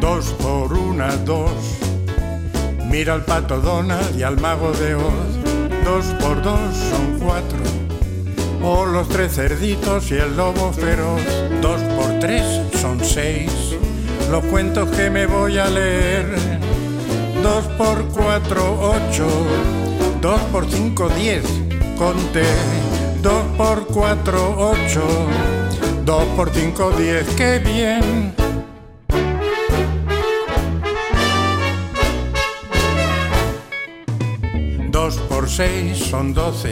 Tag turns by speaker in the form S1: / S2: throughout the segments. S1: dos por una, dos. Mira al pato Donald y al mago de Oz, dos por dos son cuatro. O los tres cerditos y el lobo feroz, dos por tres son seis. Los cuentos que me voy a leer, dos por cuatro, ocho. Dos por cinco, diez, conté. Dos por cuatro, ocho. Dos por cinco, diez, qué bien. Dos por seis son doce.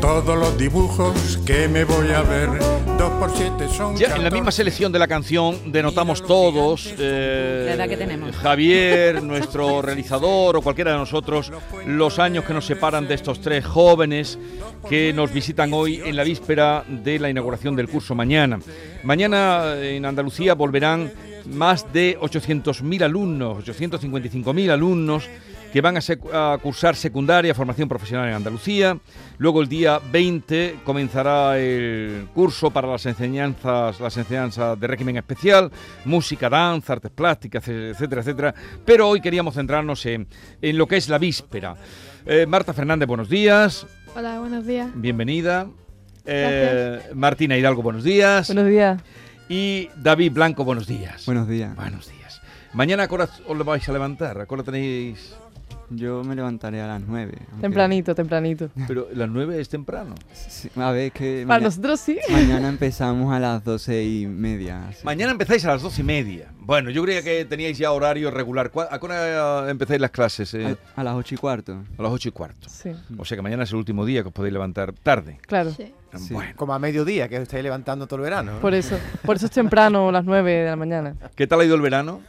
S1: Todos los dibujos que me voy a ver. Dos por siete son.
S2: Ya en
S1: 14.
S2: la misma selección de la canción denotamos todos, eh,
S3: La edad que tenemos.
S2: Javier, nuestro realizador o cualquiera de nosotros, los años que nos separan de estos tres jóvenes que nos visitan hoy en la víspera de la inauguración del curso mañana. Mañana eh, en Andalucía volverán más de 800.000 alumnos, 855.000 alumnos que van a, sec- a cursar secundaria, formación profesional en Andalucía. Luego el día 20 comenzará el curso para las enseñanzas, las enseñanzas de régimen especial, música, danza, artes plásticas, etcétera, etcétera. Pero hoy queríamos centrarnos en, en lo que es la víspera. Eh, Marta Fernández, buenos días,
S4: Hola, buenos días.
S2: bienvenida. Eh, Martina Hidalgo, buenos días.
S5: Buenos días.
S2: Y David Blanco, buenos días.
S6: Buenos días.
S2: Buenos días. Mañana, ¿a qué hora os lo vais a levantar? ¿A qué hora tenéis...?
S6: Yo me levantaré a las 9. aunque-
S5: Tempranito, tempranito.
S2: Pero las 9 es temprano.
S6: Sí, a ver, es que
S5: Para
S6: maña-
S5: nosotros sí.
S6: mañana empezamos a las 12 y media. así.
S2: Mañana empezáis a las 12 y media. Bueno, yo creía que teníais ya horario regular. ¿Cuá- ¿A qué hora empezáis las clases? eh?
S6: A, a las 8 y cuarto.
S2: A las 8 y cuarto.
S5: Sí,
S2: O sea que mañana es el último día que os podéis levantar tarde.
S5: claro.
S4: Sí.
S6: Sí.
S2: Bueno.
S7: Como a mediodía, que os estáis levantando todo el verano.
S5: Por eso. Por eso es temprano, las 9 de la mañana.
S2: ¿Qué tal ha ido el verano?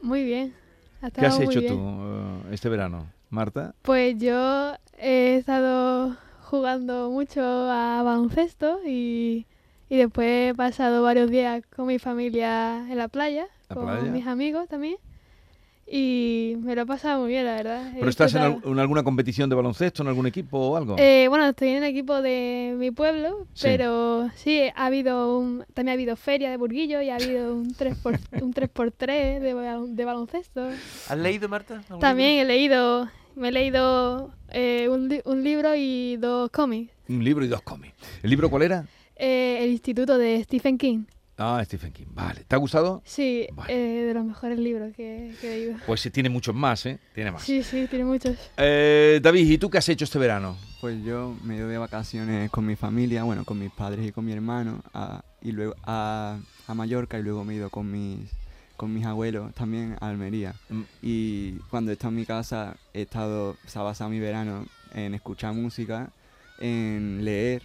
S4: Muy bien. Ha
S2: ¿Qué has
S4: estado muy
S2: hecho
S4: bien.
S2: tú eh, este verano, Marta?
S4: Pues yo he estado jugando mucho a baloncesto y, y después he pasado varios días con mi familia en la playa,
S2: La
S4: con
S2: playa.
S4: mis amigos también. Y me lo he pasado muy bien, la verdad. He
S2: ¿Pero estás en, al-
S4: disfrutado.
S2: en alguna competición de baloncesto, en algún equipo o algo?
S4: pues, Eh, bueno, estoy en el equipo de mi pueblo,
S2: Sí.
S4: pero sí, ha habido un, también ha habido feria de Burguillo y ha habido un 3x, un 3x3 de, ba- de baloncesto.
S2: Mm.
S7: ¿Has leído, Marta? algún
S4: También he leído, me he leído eh, un, li- un libro y dos cómics.
S2: Un libro y dos cómics. ¿El libro cuál era?
S4: Eh, el Instituto de Stephen King.
S2: Ah, Stephen King. Vale. ¿Te ha gustado?
S4: Sí,
S2: Bueno.
S4: eh, de los mejores libros que, que he leído.
S2: Pues sí, tiene muchos más, ¿eh? Tiene más.
S4: Sí, sí, tiene muchos.
S2: Eh, David, ¿y tú qué has hecho este verano?
S6: Pues yo me he ido de vacaciones con mi familia, bueno, con mis padres y con mi hermano, a, y luego a, a Mallorca y luego me he ido con mis, con mis abuelos también a Almería.
S2: Mm.
S6: Y cuando he estado en mi casa he estado, se ha basado mi verano en escuchar música, en leer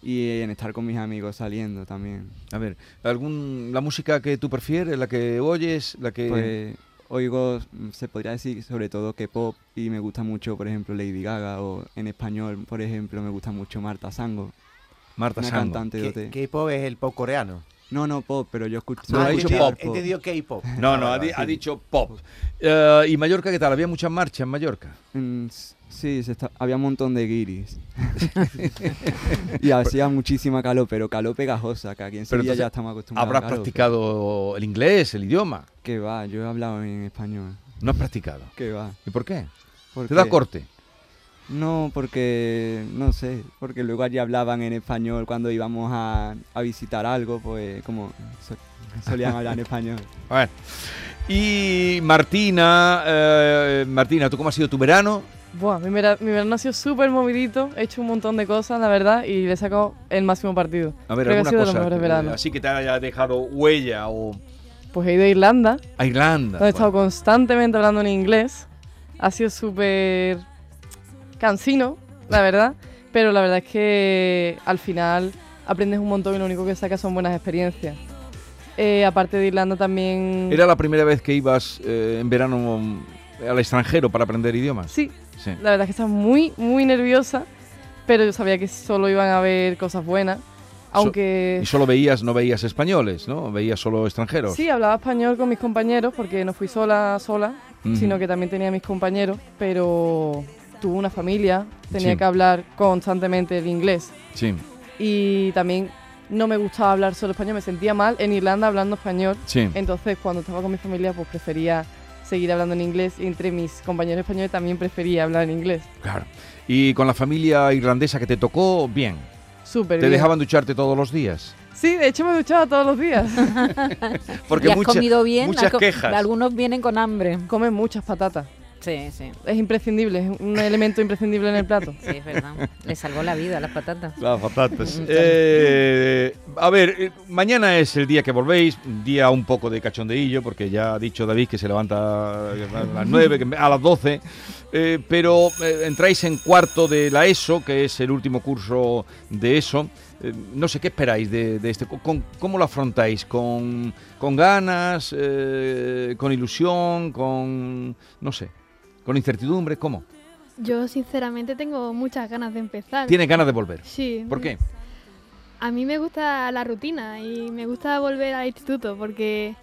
S6: y en estar con mis amigos saliendo también.
S2: A ver, ¿algún, ¿la música que tú prefieres, la que oyes, la que...
S6: Pues oigo, mm, se podría decir sobre todo que pop y me gusta mucho, por ejemplo, Lady Gaga o en español, por ejemplo, me gusta mucho Marta Sango,
S2: Marta
S6: una
S2: Sango.
S6: cantante de
S7: libro?
S6: OT.
S7: K- K-pop es el pop coreano.
S6: No, no, pop, pero yo escucho.
S2: No,
S6: yo
S2: ha dicho
S6: escucho
S7: entendido-
S2: Ah, pop.
S7: he entendido
S1: é
S7: K-pop.
S2: No,
S7: Ah,
S2: no,
S7: vale,
S2: ha, di-
S7: vale.
S2: ha dicho pop. Eh, ¿Y Mallorca qué tal? ¿Había muchas marchas en Mallorca?
S6: Mm, s- sí, se está- había un montón de guiris. y hacía muchísima calor, pero calor pegajosa, que aquí en
S2: Pero
S6: Sevilla
S2: entonces,
S6: ya estamos acostumbrados.
S2: ¿Habrás
S6: al calor,
S2: practicado el inglés, el idioma?
S6: pero- Que va, yo he hablado en español.
S2: No has practicado.
S6: Que va.
S2: ¿Y por qué?
S6: porque-
S2: ¿Te da corte?
S6: No, porque, no sé, porque luego allí hablaban en español cuando íbamos a, a visitar algo, pues como so- solían hablar en español.
S2: A ver. Y Martina, eh, Martina, ¿tú cómo ha sido tu verano?
S5: Buah, mi, vera- mi verano ha sido súper movidito. He hecho un montón de cosas, la verdad, y le he sacado el máximo partido.
S2: A ver,
S5: Creo que
S2: alguna
S5: ha sido de los
S2: cosa.
S5: mejores
S2: eh,
S5: veranos.
S2: Así que te haya dejado huella o
S5: Pues he ido a Irlanda,
S2: a Irlanda.
S5: donde he estado
S2: bueno.
S5: constantemente hablando en inglés. Ha sido súper cansino, la verdad, pero la verdad es que al final aprendes un montón y lo único que sacas son buenas experiencias. Eh, aparte de Irlanda también...
S2: ¿Era la primera vez que ibas eh, en verano mm, al extranjero para aprender idiomas?
S5: Sí,
S2: Sí.
S5: La verdad es que estaba muy, muy nerviosa, pero yo sabía que solo iban a haber cosas buenas. Aunque
S2: Y solo veías, no veías españoles, ¿no? Veías solo extranjeros.
S5: sí, hablaba español con mis compañeros, porque no fui sola, sola,
S2: Ujú.
S5: sino que también tenía mis compañeros, pero tuve una familia, tenía
S2: Sí.
S5: que hablar constantemente el inglés.
S2: Sí.
S5: Y también no me gustaba hablar solo español, me sentía mal en Irlanda hablando español.
S2: Sí.
S5: Entonces, cuando estaba con mi familia, pues prefería seguir hablando en inglés. Y entre mis compañeros españoles también prefería hablar en inglés.
S2: Claro. Y con la familia irlandesa que te tocó, bien.
S5: Súper
S2: ¿Te
S5: bien.
S2: dejaban ducharte todos los días?
S5: Sí, de hecho me duchaba todos los días.
S2: Porque
S3: ¿Y has
S2: muchas-
S3: comido bien?
S2: muchas
S3: Has co-
S2: quejas.
S3: Algunos vienen con hambre.
S5: Comen muchas patatas.
S3: Sí, sí.
S5: Es imprescindible, es un elemento imprescindible en el plato.
S3: Sí, es verdad. Le salvó la vida a las patatas.
S2: Las patatas. Eh, a ver, eh, mañana es el día que volvéis, día un poco de cachondeillo, porque ya ha dicho David que se levanta eh, a las 9, que a las 12, eh, pero eh, entráis en cuarto de la ESO, que es el último curso de ESO. Eh, no sé qué esperáis de, de este, cu- con- ¿cómo lo afrontáis? ¿Con, con ganas? eh, ¿Con ilusión? ¿Con, no sé, con incertidumbre? ¿Cómo?
S4: Yo sinceramente tengo muchas ganas de empezar.
S2: ¿Tienes ganas de volver?
S4: Sí.
S2: ¿Por qué?
S4: A mí me gusta la rutina y me gusta volver al instituto porque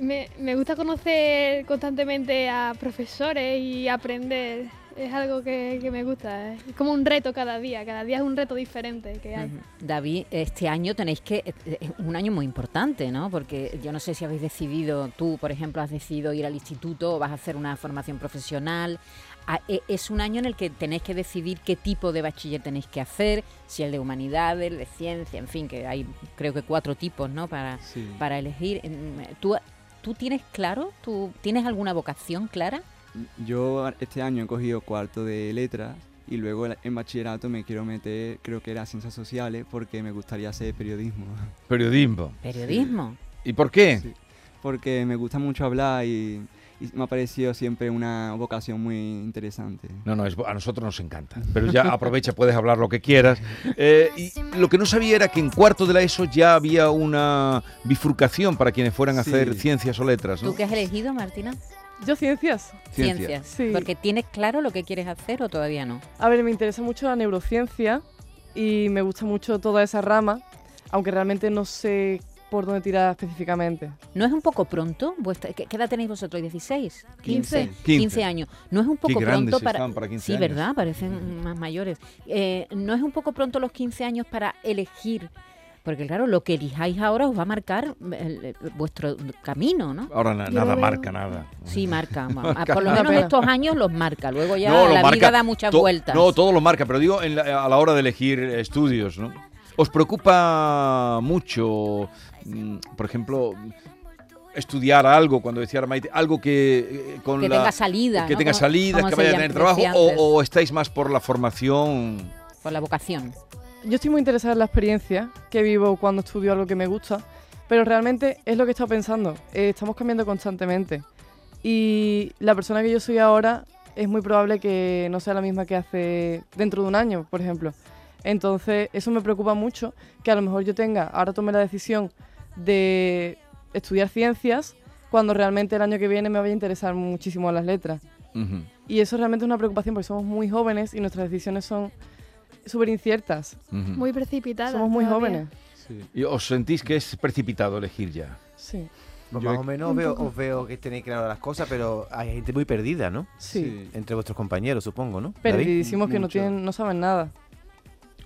S4: me, me gusta conocer constantemente a profesores y aprender. Es algo que, que me gusta. Es como un reto cada día. Cada día es un reto diferente que hay.
S3: Ujú. David, este año tenéis que. eh, Es un año muy importante, ¿no? Porque yo no sé si habéis decidido, tú, por ejemplo, has decidido ir al instituto o vas a hacer una formación profesional. A- e- Es un año en el que tenéis que decidir qué tipo de bachiller tenéis que hacer, si el de humanidades, el de ciencia, en fin, que hay creo que cuatro tipos, ¿no? Para,
S6: Sí.
S3: para elegir. Mm, ¿Tú, ¿Tú tienes claro? ¿Tú tienes alguna vocación clara?
S6: Yo este año he cogido cuarto de letras y luego en bachillerato me quiero meter, creo que era ciencias sociales, porque me gustaría hacer periodismo.
S2: Periodismo.
S3: Periodismo.
S2: ¿Y por qué?
S6: Sí, porque me gusta mucho hablar y, y me ha parecido siempre una vocación muy interesante.
S2: No, no, es bo- a nosotros nos encanta. Pero ya aprovecha, puedes hablar lo que quieras. Eh, y lo que no sabía era que en cuarto de la ESO ya había una bifurcación para quienes fueran a
S6: Sí.
S2: hacer ciencias o letras, ¿no?
S3: ¿Tú qué has elegido, Martina?
S5: Yo ciencias.
S6: Ciencia.
S3: Ciencias.
S5: Sí.
S3: Porque tienes claro lo que quieres hacer o todavía no.
S5: A ver, me interesa mucho la neurociencia y me gusta mucho toda esa rama, aunque realmente no sé por dónde tirar específicamente.
S3: ¿No es un poco pronto? Vuestra- ¿qué, qué edad tenéis vosotros? ¿16?
S6: Quince.
S3: 15,
S2: 15.
S3: años. ¿No es un poco
S2: grandes
S3: pronto para...
S2: están para 15
S3: sí,
S2: años.
S3: ¿verdad? Parecen más mayores. Eh, ¿No es un poco pronto los 15 años para elegir? Porque claro, lo que elijáis ahora os va a marcar el- el- vuestro camino, ¿no?
S2: Ahora na-
S4: Yo lo
S2: nada
S4: veo.
S2: marca, nada.
S3: Sí, marca. ma- a- Por lo
S5: Una
S3: menos
S5: pena.
S3: estos años los marca. Luego ya
S2: No, lo
S3: la
S2: marca
S3: vida da muchas
S2: to-
S3: vueltas.
S2: No, todo lo marca, pero digo en la- a la hora de elegir estudios, ¿no? ¿Os preocupa mucho, mm, por ejemplo, estudiar algo, cuando decía Maite, algo que eh, con
S3: que
S2: la...
S3: tenga salida.
S2: que
S3: ¿no?
S2: tenga
S3: Como-
S2: salida,
S3: como
S2: que
S3: se
S2: vaya a
S3: llam-
S2: tener trabajo,
S3: decía
S2: o,
S3: antes,
S2: o estáis más por la formación.
S3: Por la vocación.
S5: Yo estoy muy interesada en la experiencia que vivo cuando estudio algo que me gusta, pero realmente es lo que he estado pensando. eh, estamos cambiando constantemente y la persona que yo soy ahora es muy probable que no sea la misma que hace dentro de un año, por ejemplo. Entonces, eso me preocupa mucho, que a lo mejor yo tenga, ahora tomé la decisión de estudiar ciencias, cuando realmente el año que viene me vaya a interesar muchísimo las letras. Y eso realmente es una preocupación porque somos muy jóvenes y nuestras decisiones son súper inciertas.
S4: Muy precipitada.
S5: Somos muy
S4: todavía.
S5: jóvenes.
S6: Sí.
S2: ¿Y os sentís que es precipitado elegir ya?
S5: Sí.
S7: Pues
S6: Yo
S7: más
S6: he-
S7: o menos os veo, os veo que tenéis claro las cosas, pero hay gente muy perdida, ¿no?
S5: Sí.
S7: Entre vuestros compañeros, supongo, ¿no? David.
S5: Perdidísimos que no
S6: Mucho.
S5: tienen, no saben nada.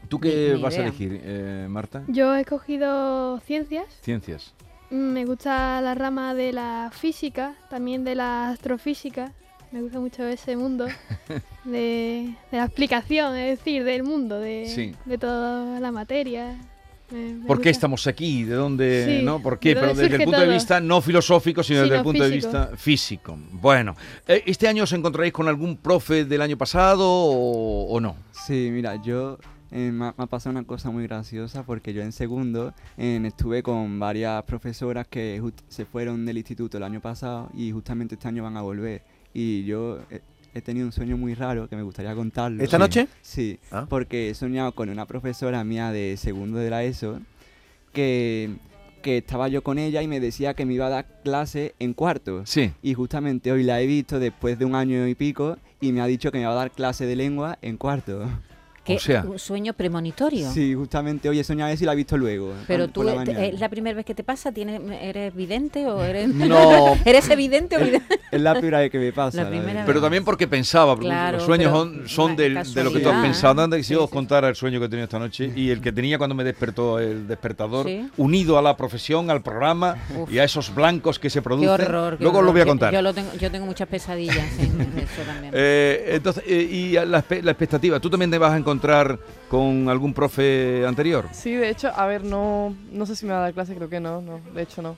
S2: ¿Tú qué
S3: Ni- ni
S2: vas a
S3: idea.
S2: elegir, eh, Marta?
S4: Yo he escogido ciencias.
S2: Ciencias.
S4: Mm, Me gusta la rama de la física, también de la astrofísica. Me gusta mucho ese mundo de, de la explicación, es decir, del mundo, de,
S2: Sí.
S4: de toda la materia. Me- me
S2: ¿Por qué
S4: gusta.
S2: estamos aquí? ¿De dónde?
S4: Sí,
S2: ¿No? ¿Por
S4: ¿de
S2: qué?
S4: dónde
S2: Pero desde el
S4: surge
S2: punto de
S4: todo?
S2: vista no filosófico, sino
S4: Sí,
S2: desde el
S4: no,
S2: punto de
S4: físico.
S2: vista físico. Bueno, eh, ¿este año os encontraréis con algún profe del año pasado o, o no?
S6: Sí, mira, yo eh, me, ha, me ha pasado una cosa muy graciosa porque yo en segundo eh, estuve con varias profesoras que jus- se fueron del instituto el año pasado y justamente este año van a volver. Y yo eh, he tenido un sueño muy raro que me gustaría contarlo.
S7: ¿Esta
S6: Sí.
S7: noche?
S6: Sí,
S7: Ah.
S6: porque he soñado con una profesora mía de segundo de la ESO que, que estaba yo con ella y me decía que me iba a dar clase en cuarto.
S2: Sí.
S6: Y justamente hoy la he visto después de un año y pico y me ha dicho que me va a dar clase de lengua en cuarto.
S3: Que
S2: O sea-
S3: un sueño premonitorio.
S6: Sí, justamente hoy he soñado eso y la he visto luego.
S3: Pero
S6: por
S3: tú,
S6: la
S3: eh, te-
S6: mañana.
S3: ¿es la primera vez que te pasa? ¿Tienes, ¿Eres vidente o eres.?
S2: No.
S3: ¿Eres evidente o vidente?
S6: Es la primera vez que me pasa.
S3: La
S6: verdad.
S3: primera
S2: Pero también porque pensaba, porque
S3: Claro,
S2: los sueños
S3: pero
S2: son, son
S3: la
S2: del- de lo que tú
S3: casualidad,
S2: has
S3: ¿eh?
S2: pensado. Anda, que si
S3: Sí,
S2: yo os
S3: sí.
S2: contara el sueño que he tenido esta noche y el que tenía cuando me despertó el despertador,
S3: Sí.
S2: unido a la profesión, al programa
S3: Uf.
S2: y a esos blancos que se producen.
S3: Qué horror. qué
S2: Luego os
S3: horror.
S2: lo voy a
S3: Yo-
S2: contar.
S3: Yo, lo tengo, yo tengo muchas pesadillas, sí, de eso también.
S2: Eh, entonces, eh, y a la, espe- la expectativa, ¿tú también te vas a encontrar con algún profe anterior?
S5: Sí, de hecho, a ver, no, no sé si me va a dar clase, creo que no, no, de hecho no.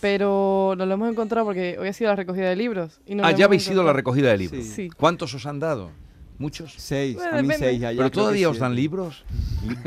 S5: Pero nos lo hemos encontrado porque hoy ha sido la recogida de libros. Y nos
S2: ah,
S5: lo
S2: ya
S5: hemos
S2: habéis ido a la
S5: encontrado.
S2: recogida de libros.
S6: recogida.
S5: Sí.
S2: ¿Cuántos os han dado? ¿Muchos?
S6: Seis,
S5: Bueno,
S6: a mí
S5: depende.
S6: seis. ya- ya
S2: ¿Pero
S6: creo que
S2: todavía os
S6: siete.
S2: dan libros?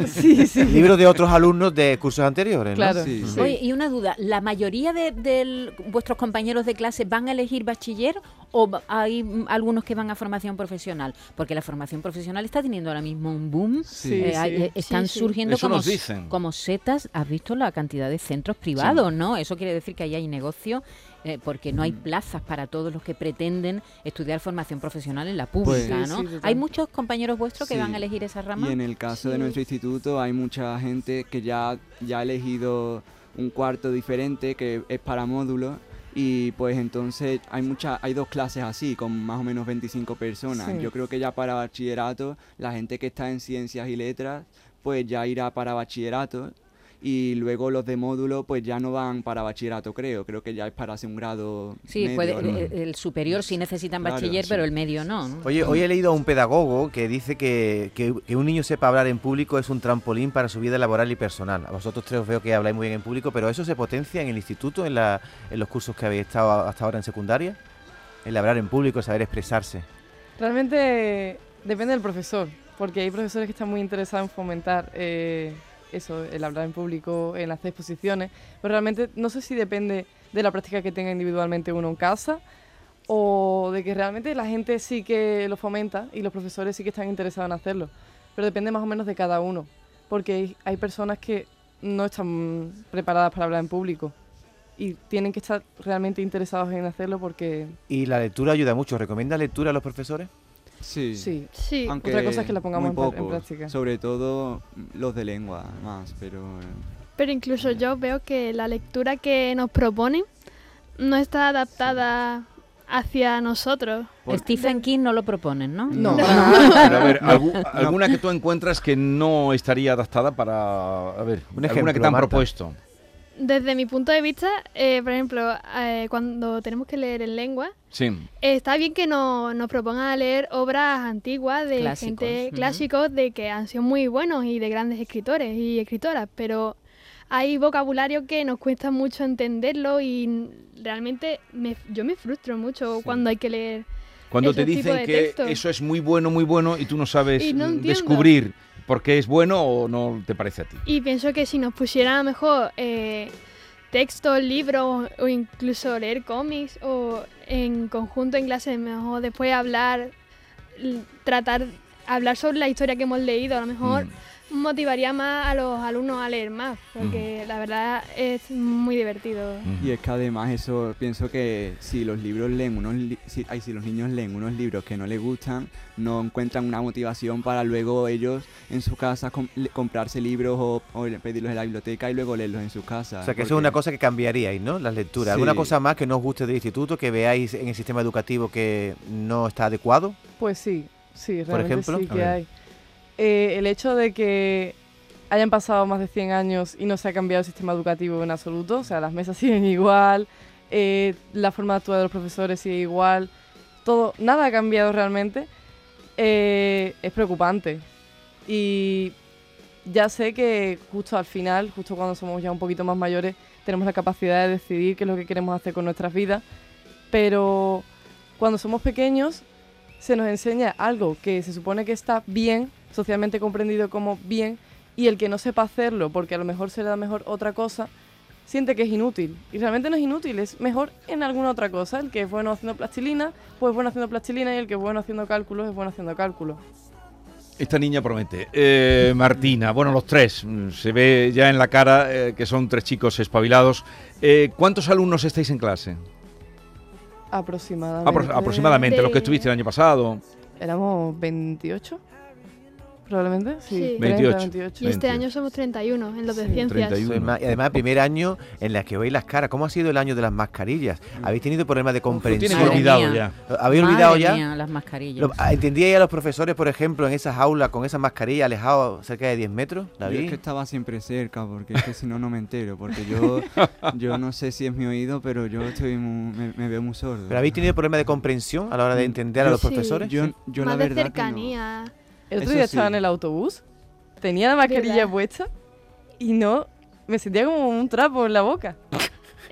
S5: Sí, sí.
S7: Libros de otros alumnos de cursos anteriores, ¿no?
S5: Claro.
S6: Sí.
S5: sí.
S3: Oye, y una duda, ¿la mayoría de, del- vuestros compañeros de clase van a elegir bachiller o va- hay mm, algunos que van a formación profesional? Porque la formación profesional está teniendo ahora mismo un boom.
S6: Sí.
S3: Eh,
S5: sí.
S3: hay- eh, están
S4: Sí, sí.
S3: surgiendo
S2: Eso
S3: como,
S2: nos dicen.
S3: como setas. Has visto la cantidad de centros privados, ¿no? Eso quiere decir que ahí hay negocio eh, porque no hay
S6: Mm.
S3: plazas para todos los que pretenden estudiar formación profesional en la pública,
S5: Pues- Sí,
S3: ¿no?
S5: sí, total.
S3: hay muchos compañeros vuestros que
S6: Sí.
S3: van a elegir esa rama.
S6: Y en el caso de
S3: Sí.
S6: nuestro instituto hay mucha gente que ya, ya ha elegido un cuarto diferente que es para módulo y pues entonces hay mucha, hay dos clases así con más o menos 25 personas.
S5: Sí.
S6: Yo creo que ya para bachillerato la gente que está en ciencias y letras pues ya irá para bachillerato y luego los de módulo pues ya no van para bachillerato creo, creo que ya es para hacer un grado
S3: Sí,
S6: medio,
S3: puede-
S6: ¿no?
S3: eh, el, superior sí necesitan
S6: Claro,
S3: bachiller,
S6: sí.
S3: pero el medio no. ¿no?
S7: Oye, hoy he leído a un pedagogo que dice que, que- que un niño sepa hablar en público es un trampolín para su vida laboral y personal. A vosotros tres os veo que habláis muy bien en público, pero ¿eso se potencia en el instituto, en, la, en los cursos que habéis estado hasta ahora en secundaria? El hablar en público, saber expresarse.
S5: Realmente depende del profesor, porque hay profesores que están muy interesados en fomentar eh, eso, el hablar en público, en hacer exposiciones, pero realmente no sé si depende de la práctica que tenga individualmente uno en casa o de que realmente la gente sí que lo fomenta y los profesores sí que están interesados en hacerlo, pero depende más o menos de cada uno, porque hay, hay personas que no están preparadas para hablar en público y tienen que estar realmente interesados en hacerlo porque
S7: Y la lectura ayuda mucho. ¿Recomienda lectura a los profesores?
S6: Sí.
S5: sí,
S4: Sí.
S6: Aunque
S5: Otra cosa es que la pongamos
S6: muy
S5: en pra- en
S6: pocos,
S5: práctica.
S6: Sobre todo los de lengua más, pero... eh,
S4: Pero incluso yo veo que la lectura que nos proponen no está adaptada hacia nosotros.
S3: Stephen King no lo proponen, ¿no?
S6: No.
S2: Pero a ver, algu- alguna que tú encuentras que no estaría adaptada para. A ver,
S7: Un
S2: alguna
S7: ejemplo,
S2: que te han
S7: Marta.
S2: propuesto.
S4: Desde mi punto de vista, eh, por ejemplo, eh, cuando tenemos que leer en lengua,
S2: Sí.
S4: eh, está bien que no- nos propongan leer obras antiguas de
S3: Clásicos,
S4: gente
S3: ujú.
S4: clásicos de que han sido muy buenos y de grandes escritores y escritoras, pero hay vocabulario que nos cuesta mucho entenderlo y n- realmente me- yo me frustro mucho
S6: Sí.
S4: cuando hay que leer.
S2: Cuando
S4: Ese
S2: te
S4: tipo
S2: dicen
S4: de
S2: que
S4: texto.
S2: eso es muy bueno, muy bueno y tú no sabes
S4: Y no
S2: mm,
S4: entiendo.
S2: descubrir por qué es bueno o no te parece a ti.
S4: Y pienso que si nos pusieran a lo mejor eh, textos, libros o incluso leer cómics o en conjunto en clase, mejor después hablar, l- tratar, hablar sobre la historia que hemos leído, a lo mejor
S2: Mm.
S4: motivaría más a los alumnos a leer más,
S6: Mm.
S4: porque la verdad es muy divertido. Este
S2: Mm.
S6: Y es que además eso pienso que si los libros leen unos li- si, ay, si los niños leen unos libros que no les gustan, no encuentran una motivación para luego ellos en su casa com- le- comprarse libros o, o pedirlos en la biblioteca y luego leerlos en su casa.
S7: O sea, que eso es una cosa que cambiaríais, ¿no? Las lecturas. ¿Alguna
S6: Ah, Sí.
S7: cosa más que no os guste del instituto, que veáis en el sistema educativo que no está adecuado?
S5: Pues sí, sí,
S7: Por
S5: realmente
S7: ejemplo.
S5: sí
S7: A
S5: que
S7: ver.
S5: hay. Eh, el hecho de que hayan pasado más de 100 años y no se ha cambiado el sistema educativo en absoluto, o sea, las mesas siguen igual, eh, la forma de actuar de los profesores sigue igual, todo, nada ha cambiado realmente, eh, es preocupante. Y ya sé que justo al final, justo cuando somos ya un poquito más mayores, tenemos la capacidad de decidir qué es lo que queremos hacer con nuestras vidas, pero cuando somos pequeños se nos enseña algo que se supone que está bien, socialmente comprendido como bien, y el que no sepa hacerlo, porque a lo mejor se le da mejor otra cosa, siente que es inútil. Y realmente no es inútil, es mejor en alguna otra cosa. El que es bueno haciendo plastilina, pues es bueno haciendo plastilina, y el que es bueno haciendo cálculos, es bueno haciendo cálculos.
S2: Esta niña promete. Eh, Martina, bueno, los tres. mm, Se ve ya en la cara eh, que son tres chicos espabilados. Eh, ¿Cuántos alumnos estáis en clase?
S5: Aproximadamente. eh,
S2: Apro- aproximadamente, los que
S4: De-
S2: estuviste el año pasado.
S5: Éramos 28. probablemente. Sí,
S4: Sí.
S5: 30,
S2: 28.
S5: 28.
S4: Y este
S8: 28.
S4: año somos 31 en los de
S5: Sí.
S4: ciencias.
S8: 31.
S7: Soy más- y además, primer año en las que veis las caras. ¿Cómo ha sido el año de las mascarillas?
S6: Mm.
S7: ¿Habéis tenido problemas de
S2: Lo tienen
S3: Madre
S7: comprensión?
S3: olvidado.
S2: olvidado
S3: mía.
S2: ya.
S7: ¿Habéis olvidado
S3: Madre
S7: ya?
S3: mía, las mascarillas.
S7: Lo- ah, ¿Entendíais a los profesores, por ejemplo, en esas aulas con esas mascarillas alejados cerca de 10 metros?
S6: Yo es que
S7: David.
S6: estaba siempre cerca, porque es que si no, no me entero. Porque yo, yo no sé si es mi oído, pero yo estoy mu- me, me veo muy sordo.
S7: ¿Pero habéis tenido problemas de comprensión a la hora de entender a
S6: Mm, Yo
S7: los
S4: sí.
S7: profesores?
S6: Yo, yo la
S4: Más de
S6: verdad que no.
S4: cercanía.
S5: El otro
S6: Eso
S5: día
S6: sí.
S5: estaba en el autobús, tenía la mascarilla
S4: ¿Verdad?
S5: puesta y no, me sentía como un trapo en la boca.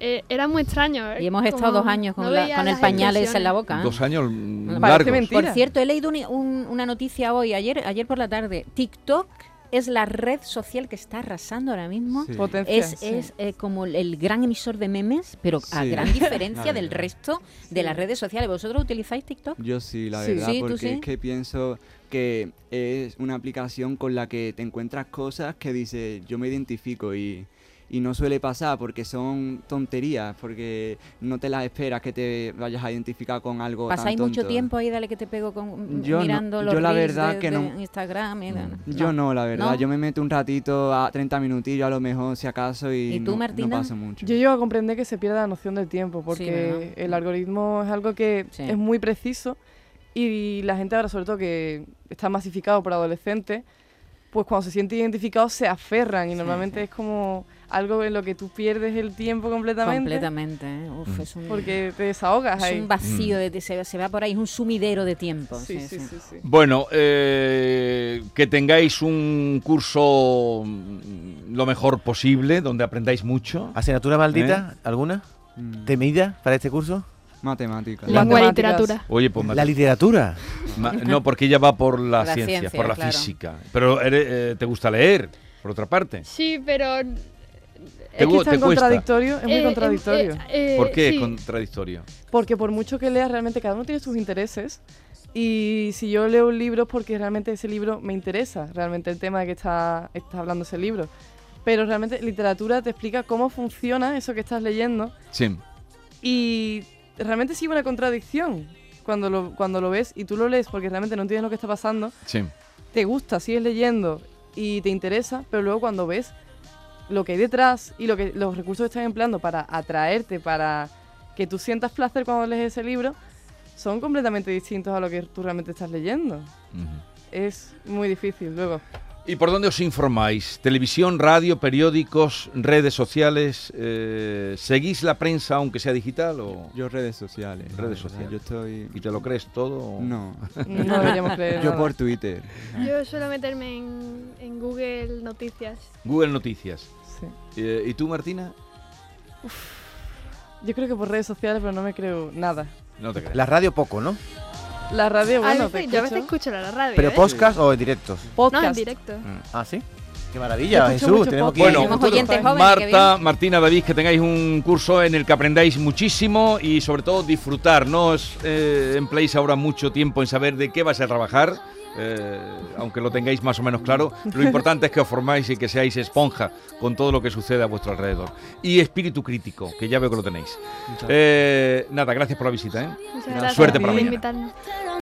S4: Eh, era muy extraño. eh,
S3: y hemos estado
S4: como
S3: dos años con,
S4: no
S3: la-
S4: veía
S3: con el
S4: las
S3: pañal ese en la
S4: expresiones.
S3: boca. ¿eh?
S2: Dos años
S3: Parece
S2: largos.
S5: mentira.
S3: Por cierto, he leído un- un- una noticia hoy, ayer, ayer por la tarde. TikTok es la red social que está arrasando ahora mismo.
S6: Sí.
S5: Potencia.
S3: Es,
S5: sí.
S3: es eh, como el- el gran emisor de memes, pero a
S6: Sí.
S3: gran diferencia
S6: La
S3: del
S6: verdad.
S3: resto de las redes sociales. ¿Vosotros utilizáis TikTok?
S6: Yo sí, la
S5: Sí.
S6: verdad,
S3: Sí, ¿tú
S6: porque
S3: sí?
S6: es que pienso que es una aplicación con la que te encuentras cosas que dices, yo me identifico y, y no suele pasar porque son tonterías, porque no te las esperas que te vayas a identificar con algo tan
S3: ¿Pasáis mucho
S6: tonto.
S3: tiempo ahí, dale que te pego con,
S6: Yo no-
S3: mirando los
S6: yo la
S3: reels
S6: verdad
S3: de-
S6: que
S3: de
S6: no- Mm,
S3: Instagram? y-
S6: Yo no, la verdad,
S3: ¿No?
S6: yo me meto un ratito a 30 minutillos a lo mejor, si acaso, y,
S3: ¿Y tú,
S6: no- no,
S3: Martina?
S6: pasa mucho.
S5: Yo llego a comprender que se pierde la noción del tiempo, porque
S3: ¿verdad?
S5: el algoritmo es algo que
S3: Sí.
S5: es muy preciso y la gente ahora, sobre todo que está masificado por adolescentes, pues cuando se siente identificado se aferran y normalmente es como algo en lo que tú pierdes el tiempo completamente,
S3: Completamente. ¿eh? Uf, es un,
S5: porque te desahogas
S3: es
S5: ahí.
S3: un vacío, de, de- se, se va por ahí, es un sumidero de tiempo.
S5: Sí,
S3: sí,
S5: sí,
S3: sí.
S5: sí, sí.
S2: Bueno, eh, que tengáis un curso mm, lo mejor posible, donde aprendáis mucho.
S7: ¿Asignatura maldita? ¿Alguna?
S6: ¿Eh? Mm,
S7: ¿Temida para este curso?
S6: Matemática.
S5: La-
S4: Lengua y
S5: Matemáticas.
S4: literatura.
S2: Oye, pues
S7: La literatura.
S2: Ma- No, porque ella va por la,
S3: Por la
S2: ciencia,
S3: ciencia,
S2: por la
S3: claro.
S2: física. Pero eres, eh, te gusta leer, por otra parte.
S4: Sí, pero. eh,
S2: ¿Te
S5: Es que
S2: gu-
S5: es
S2: te
S5: tan
S2: cuesta?
S5: contradictorio, es
S3: em,
S5: muy
S4: eh,
S5: contradictorio.
S4: eh, eh,
S2: ¿Por qué
S4: sí.
S2: es contradictorio?
S5: Porque por mucho que leas, realmente cada uno tiene sus intereses. Y si yo leo un libro es porque realmente ese libro me interesa, realmente el tema de que está, está hablando ese libro. Pero realmente literatura te explica cómo funciona eso que estás leyendo.
S2: Sí.
S5: Y realmente sigue una contradicción cuando lo, cuando lo ves y tú lo lees porque realmente no entiendes lo que está pasando.
S2: Sí.
S5: Te gusta, sigues leyendo y te interesa, pero luego cuando ves lo que hay detrás y lo que, los recursos que están empleando para atraerte, para que tú sientas placer cuando lees ese libro, son completamente distintos a lo que tú realmente estás leyendo.
S2: Ujú.
S5: Es muy difícil luego.
S2: ¿Y por dónde os informáis? ¿Televisión, radio, periódicos, redes sociales? eh, ¿Seguís la prensa, aunque sea digital? O...
S6: Yo redes sociales. la
S2: Redes
S6: verdad,
S2: sociales.
S6: Yo estoy...
S2: ¿Y te lo crees todo? o-
S6: No,
S5: No deberíamos creer.
S6: yo
S5: nada.
S6: por Twitter.
S4: Yo suelo meterme en, en Google Noticias.
S2: Google Noticias.
S5: Sí.
S2: Eh, ¿Y tú, Martina?
S5: Yo creo que por redes sociales, pero no me creo nada.
S2: No te crees.
S7: La radio poco, ¿no?
S5: La radio,
S4: A
S5: bueno,
S4: veces-
S5: te
S4: yo a veces
S5: escucho.
S4: escucho la radio.
S7: ¿Pero
S4: ¿eh?
S7: podcast o en directos?
S5: podcast.
S4: No, en directo.
S2: Mm.
S7: Ah, sí. Qué
S5: Yo
S7: maravilla,
S5: escucho
S7: Jesús.
S5: mucho
S7: Tenemos que
S5: podcast.
S2: Bueno,
S3: Tenemos oyentes jóvenes, qué bien.
S2: Marta, Martina, David, que tengáis un curso en el que aprendáis muchísimo y sobre todo disfrutar. No os eh, empleéis ahora mucho tiempo en saber de qué vais a trabajar, eh, aunque lo tengáis más o menos claro. Lo importante es que os formáis y que seáis esponja con todo lo que sucede a vuestro alrededor. Y espíritu crítico, que ya veo que lo tenéis. Eh, nada, gracias por la visita. ¿eh?
S4: Muchas gracias
S2: Suerte
S4: por
S2: para mañana.
S4: invitarme.
S9: Turn